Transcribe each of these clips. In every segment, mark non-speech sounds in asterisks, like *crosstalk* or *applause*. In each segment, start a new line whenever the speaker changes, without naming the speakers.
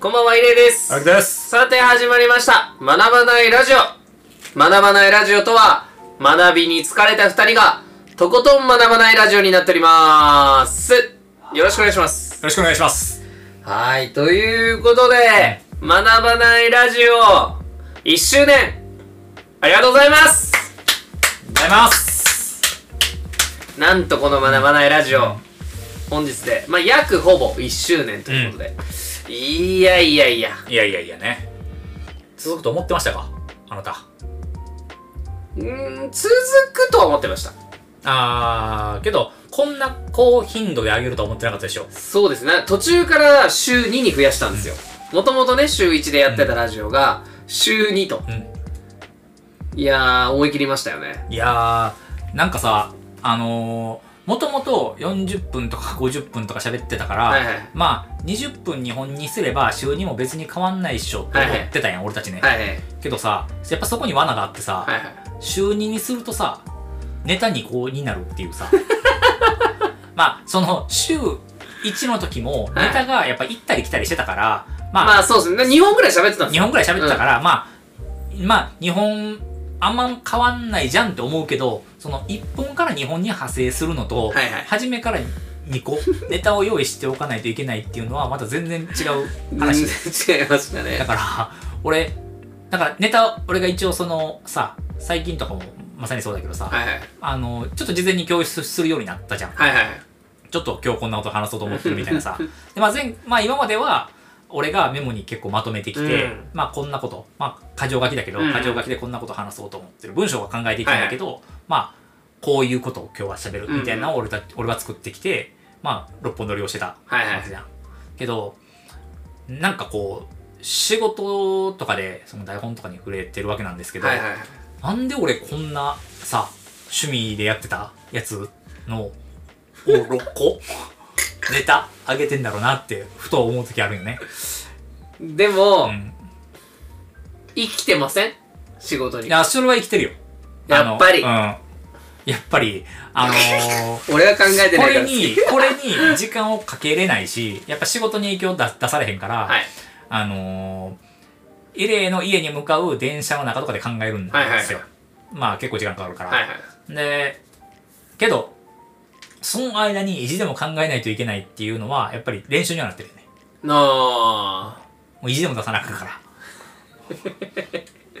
こんばんは、イレイです。
あきです。
さて始まりました学ばないラジオ学ばないラジオとは学びに疲れた二人がとことん学ばないラジオになっておりますよろしくお願いします
よろしくお願いします。
はいということで学ばないラジオ1周年ありがとうございます
ございます。
なんとこの学ばないラジオ本日でまあ約ほぼ1周年ということで、いやいやいや
いやいやいやね。続くと思ってましたかあなた。
うーん続くとは思ってました
あー、けど、こんな高頻度で上げるとは思ってなかったでしょ。
そうですね途中から週2に増やしたんですよもともとね週1でやってたラジオが週2と、
うん
いやー思い切りましたよね
いやー、なんかさ、あのー、もともと40分とか50分とか喋ってたから、
はいはい
まあ、20分日本にすれば週にも別に変わんないっしょって思ってたやん、俺たちね、
はいはい
けどさ、やっぱそこに罠があってさ、
はいはい
週2にするとさネタにこうになるっていうさ *laughs* まあその週1の時もネタがやっぱ行ったり来たりしてたからま
ま
あ
あそうですね2本ぐらい喋ってたんです
2
よ
本ぐらい喋ってたから、まあまあ2本あんま変わんないじゃんって思うけどその1本から2本に派生するのと、
はいはい
初めから2個
*laughs*
ネタを用意しておかないといけないっていうのはまた全然違う話で
全然違いました
だ
ね
から、俺、だからネタ、俺が一応そのさ、最近とかもまさにそうだけどさ、
はいはい
あの、ちょっと事前に共有するようになったじゃん。
はいはい
ちょっと今日こんなこと話そうと思ってるみたい
*laughs*
なさ。で、まあ前、まあ今までは、俺がメモに結構まとめてきて、
うん
まあこんなこと、まあ過剰書きだけど、
うん
過剰書きでこんなこと話そうと思ってる。文章は考えていきたいんだけど、まあ、こういうことを今日は喋るみたいなのを俺た、俺は作ってきて、まあ、六本撮りをしてた
はいはい
わけじゃん。けど、なんかこう、仕事とかで、その台本とかに触れてるわけなんですけど、
はいはい
なんで俺こんなさ、趣味でやってたやつの、を6個、
*laughs*
ネタ上げてんだろうなって、ふと思う時あるよね。
でも、
うん。
生きてません仕事
い
に
や、それは生きてるよ。
やっぱり
あのうん。やっぱり、あのー
俺 *laughs* は考えて
こ
ないか
れ
ら
に、これに時間をかけれないし、やっぱ仕事に影響だ出されへんから、
はい
あのー、エレの家に向かう電車の中とかで考えるんですよ。
はいはいはい
まあ結構時間かかるから。
はいはい
で、けど、その間に意地でも考えないといけないっていうのは、やっぱり練習にはなってるよね。
の
もう意地でも出さなあかん
*laughs*
か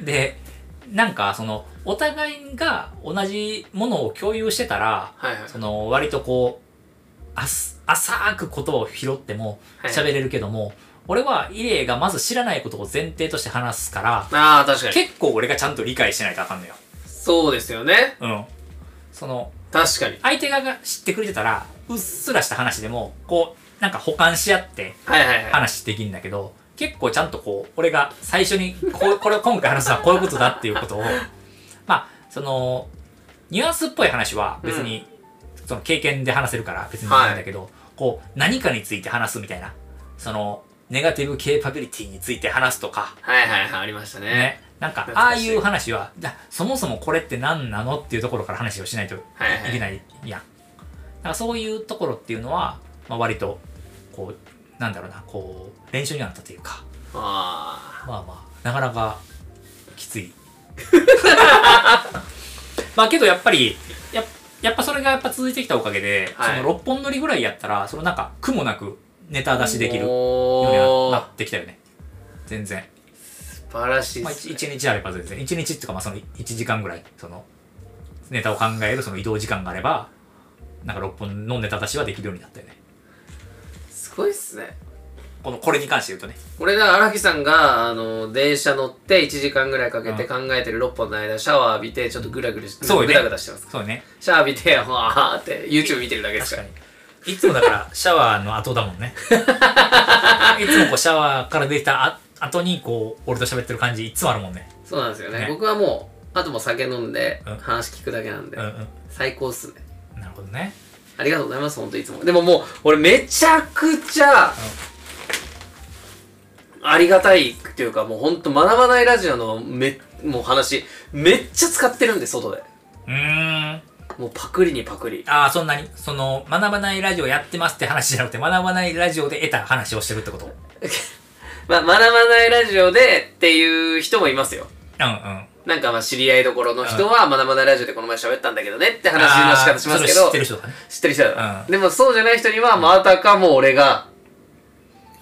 ら。で、なんかその、お互いが同じものを共有してたら、
はいはい
その、割とこう、あす浅くことを拾っても
はい
喋れるけども、俺はイレイがまず知らないことを前提として話すから、
ああ確かに
結構俺がちゃんと理解しないとあかんのよ。
そうですよね
うん。その、
確かに
相手側が知ってくれてたら、うっすらした話でも、こう、なんか補完し合って
はいはいはい
話できるんだけど、結構ちゃんとこう、俺が最初に、こうこ *laughs* れを今回話すのはこういうことだっていうことを、まあ、その、ニュアンスっぽい話は別に、その経験で話せるから別にいいんだけど、こう、何かについて話すみたいな、その、ネガティブケーパビリティについて話すとか、
はいはいはいありましたね
ね、なんか、
懐
ああ
かしい
いう話は、じゃあそもそもこれって何なのっていうところから話をしないとい
はいはい
けないやん。だからそういうところっていうのは、まあ、割と、こう、なんだろうな、こう、練習になったというか、
ああ
まあまあ、なかなかきつい。 *laughs* まあけどやっぱり、ややっぱそれがやっぱ続いてきたおかげで、
はい
その6本乗りぐらいやったら、そのなんか苦もなくネタ出しできるように
お
な
ー
ってきたよね。全然。
素晴らしい
まあ、
です、
1,
ね。
日あれば全然1日っていうかまあその1時間ぐらいそのネタを考えるその移動時間があればなんか6本のネタ出しはできるようになったよね
すごいっすね。
このこれに関して言うとね
俺が荒木さんが、あの、電車乗って1時間ぐらいかけて考えてる6本の間、シャワー浴びて、ちょっとグラグラして、
そうよね
グラグラしてます。
そうね
シャワー浴びて、わーって、YouTube 見てるだけです
確
か。
からにいつもだから *laughs* シャワーの後だも
*laughs*
んねいつもこうシャワーから出たあ後にこう俺と喋ってる感じいつもあるもんね
そうなんですよね。
ね
僕はもう、あともう酒飲んで、
うん
話聞くだけなんで、
うんう
最高っすね。
んなるほどね
ありがとうございます、ほんといつも。でももう、俺めちゃくちゃ、ありがたいっていうか、もうほんと学ばないラジオのめ、もう話、めっちゃ使ってるんで、外で。
うーん
もうパクリにパクリ。
ああそんなにその学ばないラジオやってますって話じゃなくて学ばないラジオで得た話をしてるってこと
まあ、学ばないラジオでっていう人もいますよ。
うんうん。
なんかまあ知り合いどころの人は、学ばないラジオでこの前喋ったんだけどねって話の仕方しますけ
あーそれを知
ど、
ってる人だね。
知ってる人だよ、
う
でもそうじゃない人には、まあ、あたかも俺が、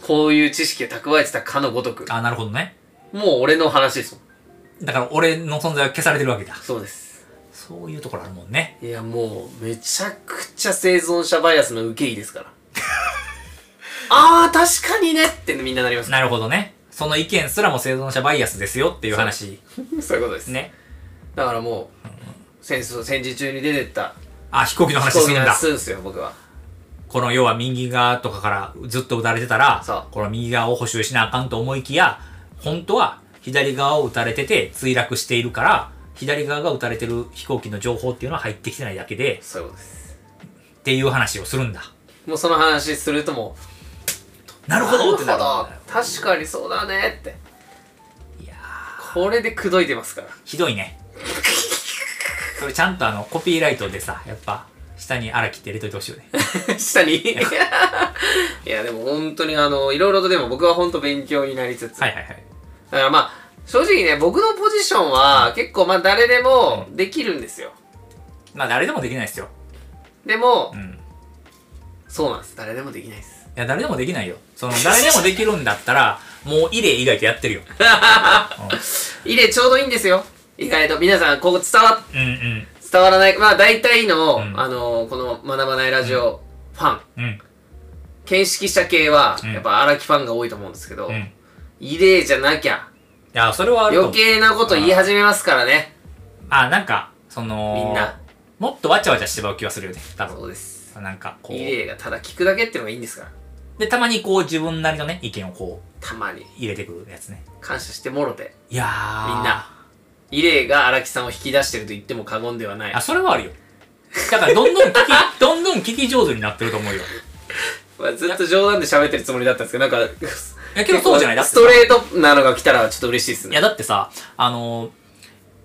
こういう知識を蓄えてたかのごとく、
あーなるほどね。
もう俺の話ですもん。
だから俺の存在は消されてるわけだ。
そうです。
そういうところあるもんね。
いや、もう、めちゃくちゃ生存者バイアスの受け入れ
*laughs*
ですから。あー、確かにねってみんななり
*laughs*
ますか
なるほどね。その意見すらも生存者バイアスですよっていう話。
ら。そういうことです。ね。
ね。
だからもう、戦争、戦時中に出てった
あ、飛行機の話
飛行
す
機
るん
の
だ
話。するんですよ、僕は。
この要は右側とかからずっと打たれてたら
そう、
この右側を補修しなあかんと思いきや、本当は左側を打たれてて墜落しているから、左側が打たれてる飛行機の情報っていうのは入ってきてないだけで、
そういうことです。
っていう話をするんだ。
もうその話するともう、
なるほどってな
な
る
るほど確かにそうだねって。
いや
これで口説いてますから。 *laughs*
ーひどいね。それちゃんとあの、コピーライトでさ、やっぱ、下に荒木って入れといてほしいよね。
下に *laughs* いやでも本当にあのいろいろとでも僕は本当勉強になりつつ、
はいはいはい。
だからまあ正直ね僕のポジションは結構まあ誰でもできるんですよ
まあ誰でもできないですよ。
でも、
うん。
そうなんです誰でもできないです
いや、誰でもできないよ。その、誰でもできるんだったら、もう、イレ以外とやってるよ。
いでちょうどいいんですよ意外と皆さんここ伝わ
うんうん。
伝わらないまあ大体の、
うん
あのこの「学ばないラジオ」ファン
うん。
見識者系は、
うん
やっぱ荒木ファンが多いと思うんですけど、
うん。い
異例じゃなきゃ
や、それはある
余
と思う。
計なこと言い始めますからね
あ、なんか、その、
みんな。
もっとわちゃわちゃしてまう気はするよね。多
そ
分。
うです
なんか、こう。
異例がただ聞くだけってのがいいんですから
で、たまにこう、自分なりのね、意見をこう、
たまに
入れてくるやつね。
感謝してもろて
いやー。
みんな。イレイが荒木さんを引き出してると言っても過言ではない
あ、それはあるよ。だから、どんどん聞
*laughs*
き、どんどん聞き上手になってると思うよ。
まあずっと冗談で喋ってるつもりだったんですけどなんか
いや、けどそうじゃない。だって
ス
さ
トレートなのが来たらちょっと嬉しいです
いや、
ね
だってさ、あの、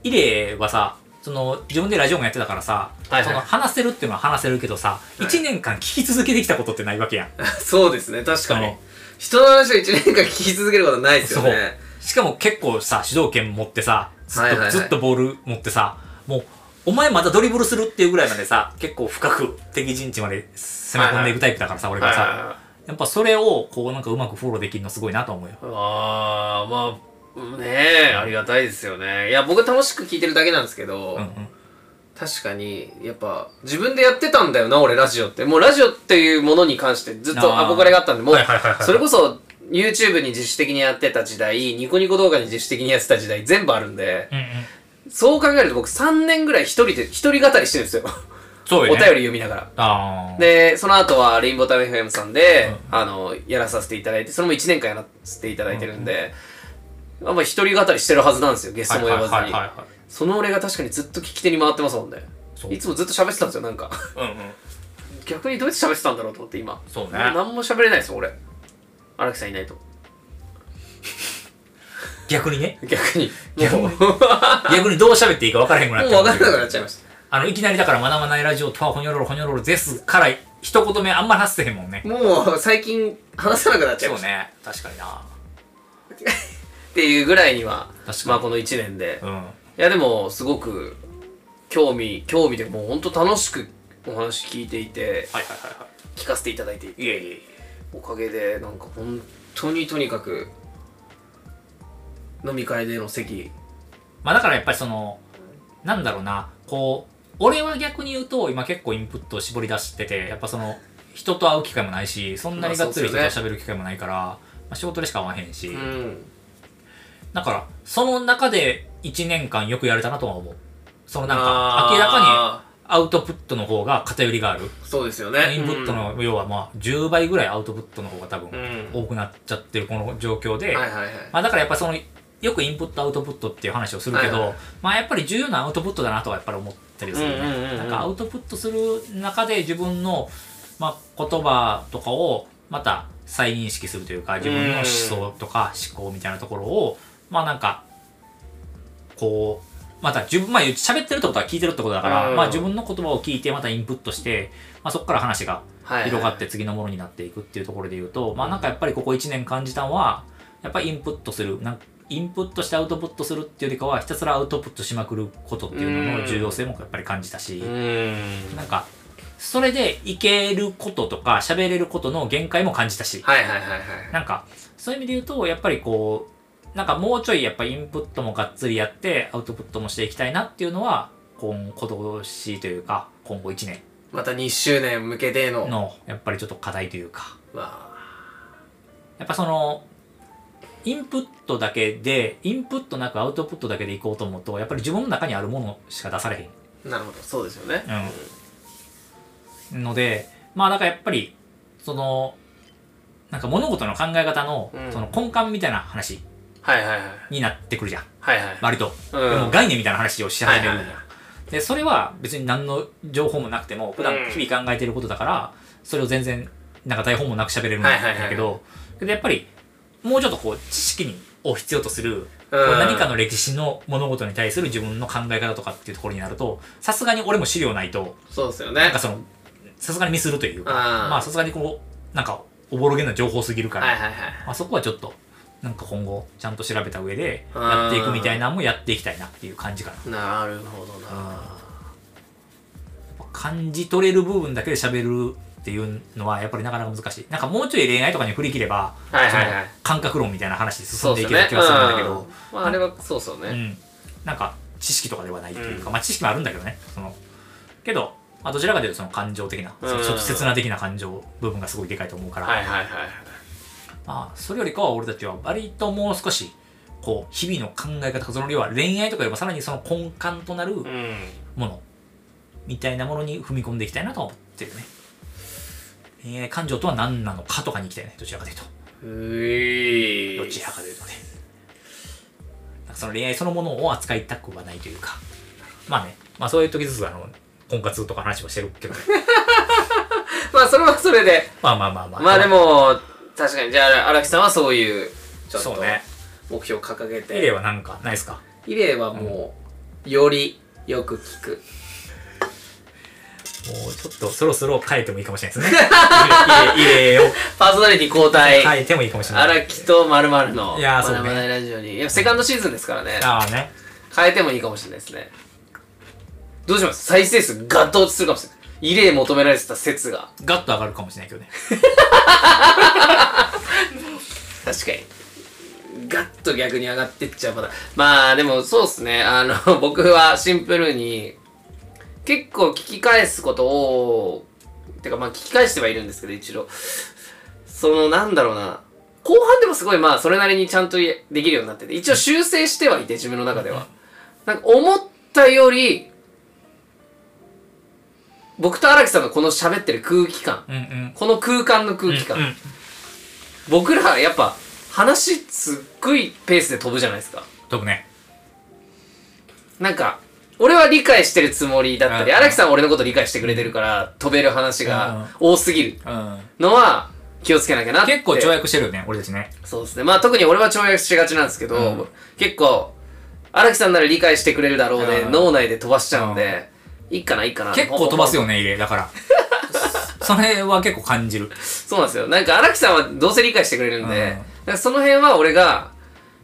イレはさ、その、自分でラジオもやってたからさ、
はいはい
その、話せるっていうのは話せるけどさ、
い
一、年間聞き続けてきたことってないわけやん。
*laughs* そう *laughs* ですね確か
そ
に
う
人の話を1年間聞き続けることないですよね
しかも結構さ、主導権持ってさ、ずっ
は
と、
いはいはい
ずっとボール持ってさ、もう、お前またドリブルするっていうぐらいまでさ、結構深く敵陣地まで攻め込んでいくタイプだからさ、俺が
はいはいはい
さ、やっぱそれを、こうなんかうまくフォローできるのすごいなと思うよ。
ああまあねえありがたいですよねいや僕楽しく聞いてるだけなんですけど、
うんうん。
確かにやっぱ自分でやってたんだよな俺ラジオってもうラジオっていうものに関してずっと
あー
憧れがあったんでもう
はいはいはいはい
それこそ YouTube に自主的にやってた時代ニコニコ動画に自主的にやってた時代全部あるんで
うんうん。
そう考えると僕3年ぐらい一人で一人語りしてるんですよ
そ
お
う
便
よ
り
ね。
読みながら
あー。
でその後はレインボータウン FM さんで、あのやらさせていただいてそれも1年間やらせていただいてるんで、あんま一人語りしてるはずなんですよゲストも呼ばずに、
はいはいはいはいはい。
その俺が確かにずっと聞き手に回ってますもんね
そう
いつもずっと喋ってたんですよなんか
うんうん。
逆にどうやって喋ってたんだろうと思って今
そうね
な何も喋れないです俺荒木さんいないと
逆にね。
逆に
逆に
もうもう
逆にどう喋っていいか分からへんくなって
分からなくなっちゃいました
あの、いきなりだから学ばないラジオとはほにょろろほにょろろですから、一言目あんまり発せへんもんね。
もう最近話さなくなっちゃい
そ
ま
う
した、
ね。確かにな。
っていうぐらいには
確かに
まあこの1年で、
う
い
ん。
やでもすごく興味興味でもうほんと楽しくお話聞いていて
はいはいはいは
聞かせていただいていて
い。いえいえい
おかげでなんか本当にとにかく飲み会での席
まあだからやっぱりその、なんだろうな、こう、俺は逆に言うと、今結構インプットを絞り出してて、やっぱその、人と会う機会もないし、そんなにがっつり人と喋る機会もないから、まあ仕事でしか会わへんし、
うん
だから、その中で1年間よくやれたなとは思う。そのなん
あー
か、明らかにアウトプットの方が偏りがある。
そうですよね
インプットの、要はまあ、10倍ぐらいアウトプットの方が多
う
分、
ん、
多くなっちゃってるこの状況で、
はいはいはい
まあだからやっぱその、よくインプットアウトプットっていう話をするけど、
はいはい
まあやっぱり重要なアウトプットだなとはやっぱり思ったりするよ
うんうんうんう
ね。
ん
なんかアウトプットする中で自分の、まあ言葉とかをまた再認識するというか、自分の思想とか思考みたいなところを、まあなんか、こう、また自分、まあ喋ってるってことは聞いてるってことだから、
うん
まあ自分の言葉を聞いてまたインプットして、まあそこから話が
はいはい
広がって次のものになっていくっていうところで言うと、まあなんかやっぱりここ1年感じたのは、やっぱりインプットするなんインプットしてアウトプットするっていうよりかはひたすらアウトプットしまくることっていうのの重要性もやっぱり感じたし、
うん。
なんかそれでいけることとか喋れることの限界も感じたし、
はいはいはいはい。
なんかそういう意味で言うとやっぱりこうなんかもうちょいやっぱインプットもがっつりやってアウトプットもしていきたいなっていうのは今今年というか今後1年
また2周年向けての。
のやっぱりちょっと課題というか
わ
やっぱそのインプットだけでインプットなくアウトプットだけでいこうと思うとやっぱり自分の中にあるものしか出されへん
あなるほど、そうですよね。
うん、のでまあだからやっぱりそのなんか物事の考え方の,、
うん
その根幹みたいな話
はいはいはい。
になってくるじゃん
はいはい。
割と、
うん
でも概念みたいな話をし始めるん
は
だ
いはいは
でそれは別に何の情報もなくても普段
うん
日々考えてることだから、それを全然なんか台本もなく喋れるんだ
はいはいはい
けど、けどやっぱりもうちょっとこう知識にを必要とする
うん
こう何かの歴史の物事に対する自分の考え方とかっていうところになるとさすがに俺も資料ないと
そうですよ
な
ね
んか。その、さすがにミスるというか、
あー
まあさすがにこう、なんか、おぼろげな情報すぎるから、
はいはいはい。
まあそこはちょっと、なんか今後、ちゃんと調べた上で、
うん
やっていくみたいなのもやっていきたいなっていう感じかな。
なるほどな。
感じ取れる部分だけで喋るっていうのは、やっぱりなかなか難しい。なんかもうちょい恋愛とかに振り切れば、
はいはいはい
その感覚論みたいな話で進
そ
ん
うで
でい
す
け
よね。
る気がするんだけど、
うんまああれはそうそう
う
ね。
ん、なんか知識とかではないというか、
うん
まあ知識もあるんだけどねそのけど、まあ、どちらかというとその感情的な、
うん
その切な的な感情部分がすごいでかいと思うから、
はいはいはい。
まあ、それよりかは俺たちは割ともう少しこう日々の考え方その要は恋愛とかよりもさらにその根幹となる
うん。
ものみたいなものに踏み込んでいきたいなと思ってるね恋愛感情とは何なのかとかに行きたいねどちらかというと
うい
どちらかというとねなんかその恋愛そのものを扱いたくはないというかまあねまあそういう時ずつあの婚活とか話もしてる
*laughs*
けどね
まあそれはそれで。
まあまあまあまあ
まあでも、確かに、じゃあ荒木さんはそういう、ちょっ
そ
と
うね
目標を掲げ
エレ
て。
はなんかないですか
イレはもう、よりよく聞く。
もうちょっとそろそろ変えてもいいかもしれないです
*laughs*
ねイレイレを
パーソナリティ交代。
変えてもいいかもしれない
荒木とまるまるの
いやー
学
そうね
ばないラジオに。いや、セカンドシーズンですからね。
ああね
変えてもいいかもしれないですね。どうします再生数ガッと落ちするかもしれない。異例求められてた説が。
ガッと上がるかもしれないけどね
確かに。ガッと逆に上がってっちゃうパターン。まあでもそうっすね。あの、 *laughs* 僕はシンプルに、結構聞き返すことを、てかまあ聞き返してはいるんですけど、一度。その、なんだろうな。後半でもすごいまあそれなりにちゃんとできるようになってて、一応修正してはいて、自分の中では。なんか思ったより、僕と荒木さんのこの喋ってる空気感、
うんうん
この空間の空気感、
うん
僕らやっぱ話すっごいペースで飛ぶじゃないですか
特ね
なんか俺は理解してるつもりだったり
うん
荒木さんは俺のこと理解してくれてるから飛べる話が多すぎる
うん
のは気をつけなきゃなって
結構跳躍してるよね俺たちね
そうですねまあ特に俺は跳躍しがちなんですけど、
うん
結構荒木さんなら理解してくれるだろうで、
うん
脳内で飛ばしちゃうんで、いいかないいかな
結構飛ばす
よ
よねイレだから *laughs* そそれは結構感じる
そうなんですよなんか荒木さんはどうせ理解してくれるんで、
うん
なんかその辺は俺が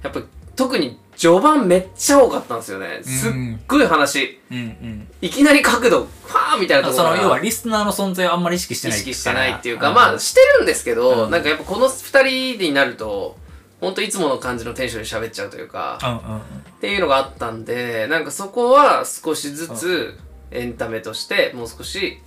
やっぱ特に序盤めっちゃ多かったんですよねすっごい話、
うんうん
いきなり角度、ファーみたいなとこ
そ
ろ
の
か
要は
ら
リスナーの存在をあんまり意識して
意
ない
識してないっていうか、
ん
まあしてるんですけど、
うん
なんかやっぱこの二人になると、ほんといつもの感じのテンションで喋っちゃうというか、
うんうんうん
っていうのがあったんで、なんかそこは少しずつエンタメとして、もう少し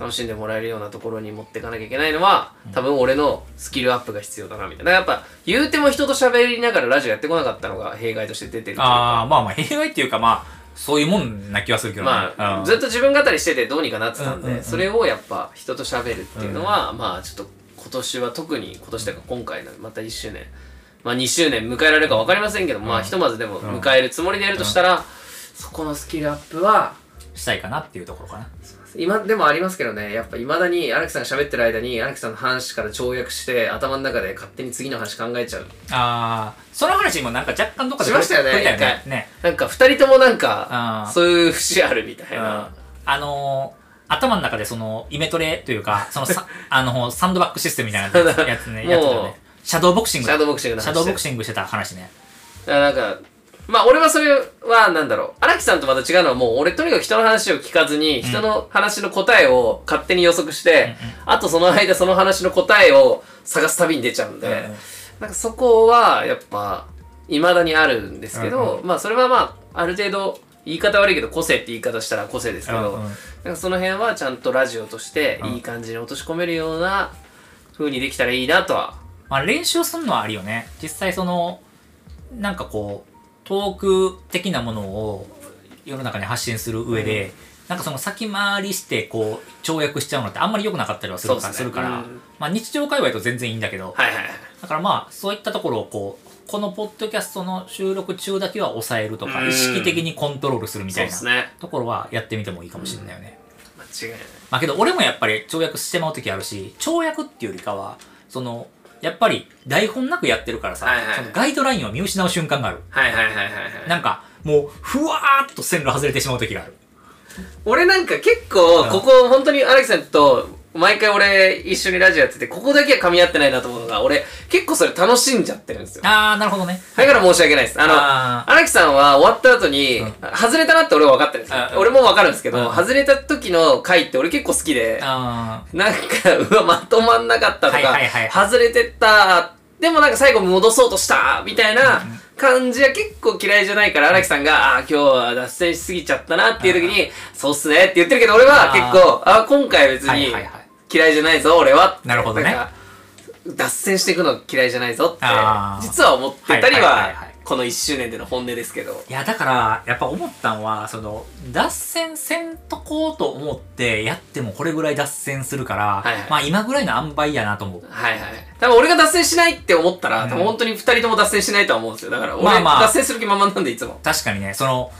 楽しんでもらえるようなところに持っていかなきゃいけないのは、多分俺のスキルアップが必要だな、みたいな。やっぱ言うても人と喋りながらラジオやってこなかったのが弊害として出てるというか
ああまあまあ弊害っていうかまあそういうもんな気はするけどね
まあ、
うん
ずっと自分語りしててどうにかなってたんで、
うんうんうん
それをやっぱ人と喋るっていうのは、まあちょっと今年は特に今年というか今回のまた1周年、まあ2周年迎えられるか分かりませんけど、まあひとまずでも迎えるつもりでやるとしたら、そこのスキルアップは
したいかなっていうところかな
今でもありますけどねやっぱいまだに荒木さんが喋ってる間に荒木さんの話から跳躍して頭の中で勝手に次の話考えちゃう
ああその話もなんか若干どっかで
しましたよね
触れ
一回
ね
なんか2人ともなん
あ
か
ー
そういう節あるみたいな、
あのー
*laughs*
頭の中でそのイメトレというか、そのさあのサンドバッグシステムみたいなやつね、やつだよね。シャドーボクシン
シ
グ
ャドーボクシングの話
シャドーボクシングしてた話ね
だからなんか、まあ俺はそれはなんだろう。荒木さんとまた違うのはもう俺とにかく人の話を聞かずに、人の話の答えを勝手に予測して、あとその間その話の答えを探す旅に出ちゃうんで、
うんうん
なんかそこはやっぱ、未だにあるんですけど、
うん
まあそれはまあ、ある程度、言い方悪いけど個性って言い方したら個性ですけど、
うんうん
なんかその辺はちゃんとラジオとしていい感じに落とし込めるような風にできたらいいなとは。
まあ、練習するのはあるよね実際そのなんかこうトーク的なものを世の中に発信する上で、なんかその先回りしてこう跳躍しちゃうのってあんまり良くなかったりはするか,、
そうですね
するから、
うん
まあ、日常会話と全然いいんだけど、
はいはいはい。
だからまあそういったところをこうこのポッドキャストの収録中だけは抑えるとか、
うん
意識的にコントロールするみ
そ
た
う
い
で
な
すね。
ところはやってみてもいいかもしれないよね。
間違いない。
まあけど俺もやっぱり跳躍してまう時あるし、跳躍っていうよりかは、その、やっぱり台本なくやってるからさ、
はいはい
そのガイドラインを見失う瞬間がある。
はいはいはいはいはい。
なんか、もう、ふわーっと線路外れてしまう時がある。
俺なんか結構
うん
ここ本当に荒木さんと毎回俺一緒にラジオやっててここだけは噛み合ってないなと思うのが俺結構それ楽しんじゃってるんですよ
あー、なるほどね。
だから申し訳ないですあ
あ
の荒木さんは終わった後に、外れたなって俺は分かってるんです
あ
よ俺も分かるんですけど、
うん
外れた時の回って俺結構好きで
あ
なんかうわまとまんなかったとか、
はいはいはい
外れてったでもなんか最後戻そうとしたみたいな感じは結構嫌いじゃないから荒木さんが「あー今日は脱線しすぎちゃったな」っていう時に「そうっすね」って言ってるけど俺は結構「あー今回別
ー。はい
に
はいはい。
嫌いじゃないぞ俺は」
なるほどね
んか脱線していくの嫌いじゃないぞって
あー
実は思ってたり
はいはいはいは
はいこの1周年での本音ですけど
いや、だから、やっぱ思ったんは、その、脱線せんとこうと思って、やってもこれぐらい脱線するから、
はいはい
まあ今ぐらいの塩梅やなと思う。
はいはい多分俺が脱線しないって思ったら、
うん
多分本当に2人とも脱線しないとは思うんですよだから俺、
まあまあ
脱線する気満々なんでいつも
確かにね、
*laughs*
その、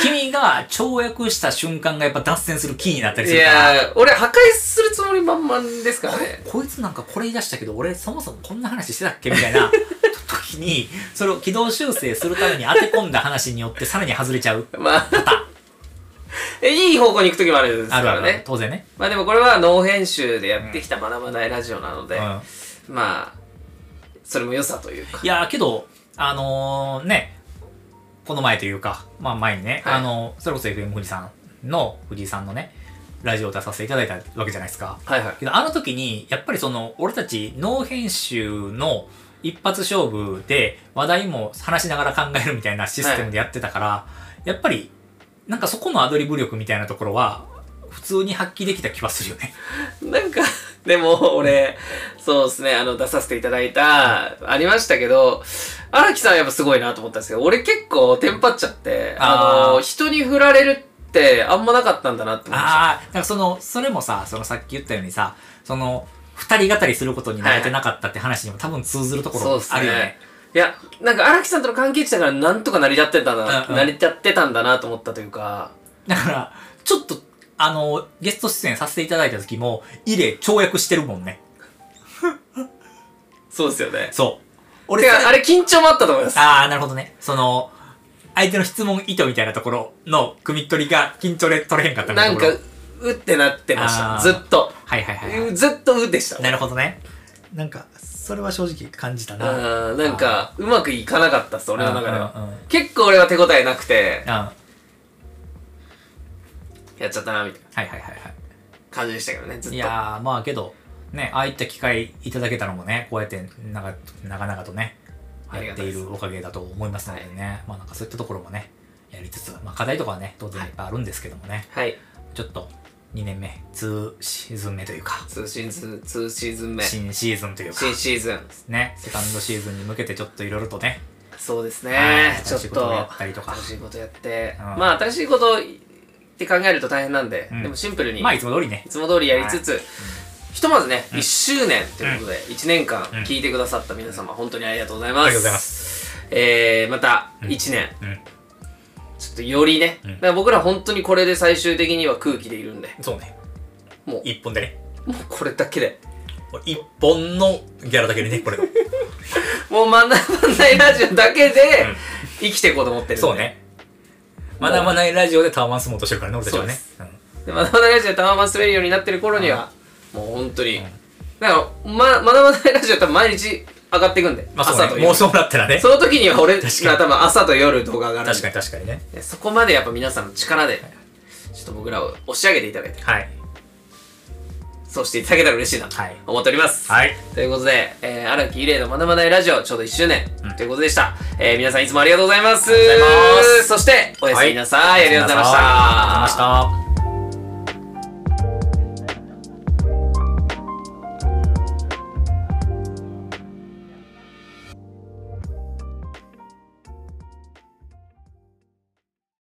君が跳躍した瞬間がやっぱ脱線するキーになったり
い
するから、
やー、俺破壊するつもり満々ですからね。
こいつなんかこれ言い出したけど、俺そもそもこんな話してたっけみたいな時に、それを軌道修正するために当て込んだ話によってさらに外れちゃう。
まあ、 *laughs* えいい方向に行く時もあるんです
あ
か
るあ
ら
る、
ね。
当然ね。
まあでもこれはノー編集でやってきた学ばないラジオなの
う
で、
ん、
まあ、それも良さというか。
いやーけど、あのーね、この前というか、まあ前にね、
はい
あのーそれこそ FM 富士さんの、藤井さんのね、ラジオを出させていただいたわけじゃないですか。
はいはい。
けどあの時にやっぱりその俺たち脳編集の一発勝負で話題も話しながら考えるみたいなシステムでやってたから、やっぱりなんかそこのアドリブ力みたいなところは普通に発揮できた気はするよ
*laughs*
ね。
なんか、でも俺、そうですね、あの、出させていただいた、ありましたけど、荒木さんやっぱすごいなと思ったんですけど、俺結構テンパっちゃって、
あ
あ
ー
の、人に振られるってあんまなかったんだなって思いました。
ああ、なんかその、それもさ、そのさっき言ったようにさ、その、二人語りすることに慣れてなかったって話にも多分通ずるとこ
そう
ろ
です
あるよね。
ね。いや、なんか荒木さんとの関係値だからなんとか成り立ってたな、
うんうん
成り立ってたんだなと思ったというか、
だから、ちょっと、あの、ゲスト出演させていただいた時も、イレ跳躍してるもんね。
そうですよね。
そう。
俺が、あれ緊張もあったと思います。
ああ、なるほどね。その、相手の質問意図みたいなところの組み取りが緊張で取れへんかったみた
ないん
な
か、
ところ。
うってなってまし
あ
た。
ー
ずっと。
はいはいはい、は
ずっとうでした
い。。なるほどね。なんか、それは正直感じたな。
うんなんか、うまくいかなかったっす、俺の中で
うんうんう
は
ん。
結構俺は手応えなくて
うん。、はい
やっちゃったな、みたいな
はいはいはい。
感じでしたけどね、ずっと。
いやー、まあけど、ね、ああいった機会いただけたのもね、こうやって、なんか、長々とね、
あり
や
が
ったて
い
い
です
るおかげだと思いますのでね、まあなんかそういったところもね、やりつつ、まあ課題とかはね、当然いっぱいあるんですけどもね、
はい。
ちょっと、2年目、2シーズン目というか、
2シーズン、2シーズン目。新
新シーズンというか、
シーズン。
ね、セカンドシーズンに向けてちょっといろいろとね、
そうです
は
ね
い。
ちょっ
新しいこととをやったりとか
新しいことやって、
うん
まあ新しいことって考えると大変なんで、
うん
でもシンプルに、
まあい
い
つも通りね、
つも通りやりつつ、ひとまずね、
うん
1周年ということで、1年間
うん
聞いてくださった皆様、本当にありがとうございます。。
ありがとうございます
えー、また1年、
うん、
ちょっとよりね、
うん
だから僕ら本当にこれで最終的には空気でいるんで、
そうね、
もう、
一本でね、
もうこれだけで、
もう一本のギャラだけでね、
*laughs*
これ。
もう学ばないラジオだけで生きていこうと思ってるんで。
そうね。学ばないラジオでタワマンスもとしてるからね、俺たちはね。
で、まだまだラジオでタワマン滑るようになってる頃には、もう本当に、だから、ま、学ばないラジオ多分毎日上がっていくんで。
まあそ
朝
う
と
ね。も
夜。
うそうなったらね。
その時には俺ら
確かに
多分朝と夜動画上がるんで。
確かに確かにね。
ねそこまでやっぱ皆さんの力で、ちょっと僕らを押し上げていただいて、
はい。
そうしていただけたら嬉しいなと
はい
思っております。
はい。
ということで、えー、荒木伊礼の学ばないラジオ、ちょうど1周年、ということでした。えー、皆さんいつもありがとうございます。
ありがとうございます
そして、おやすみなさい。ありがとうございました。
ありがとうございました。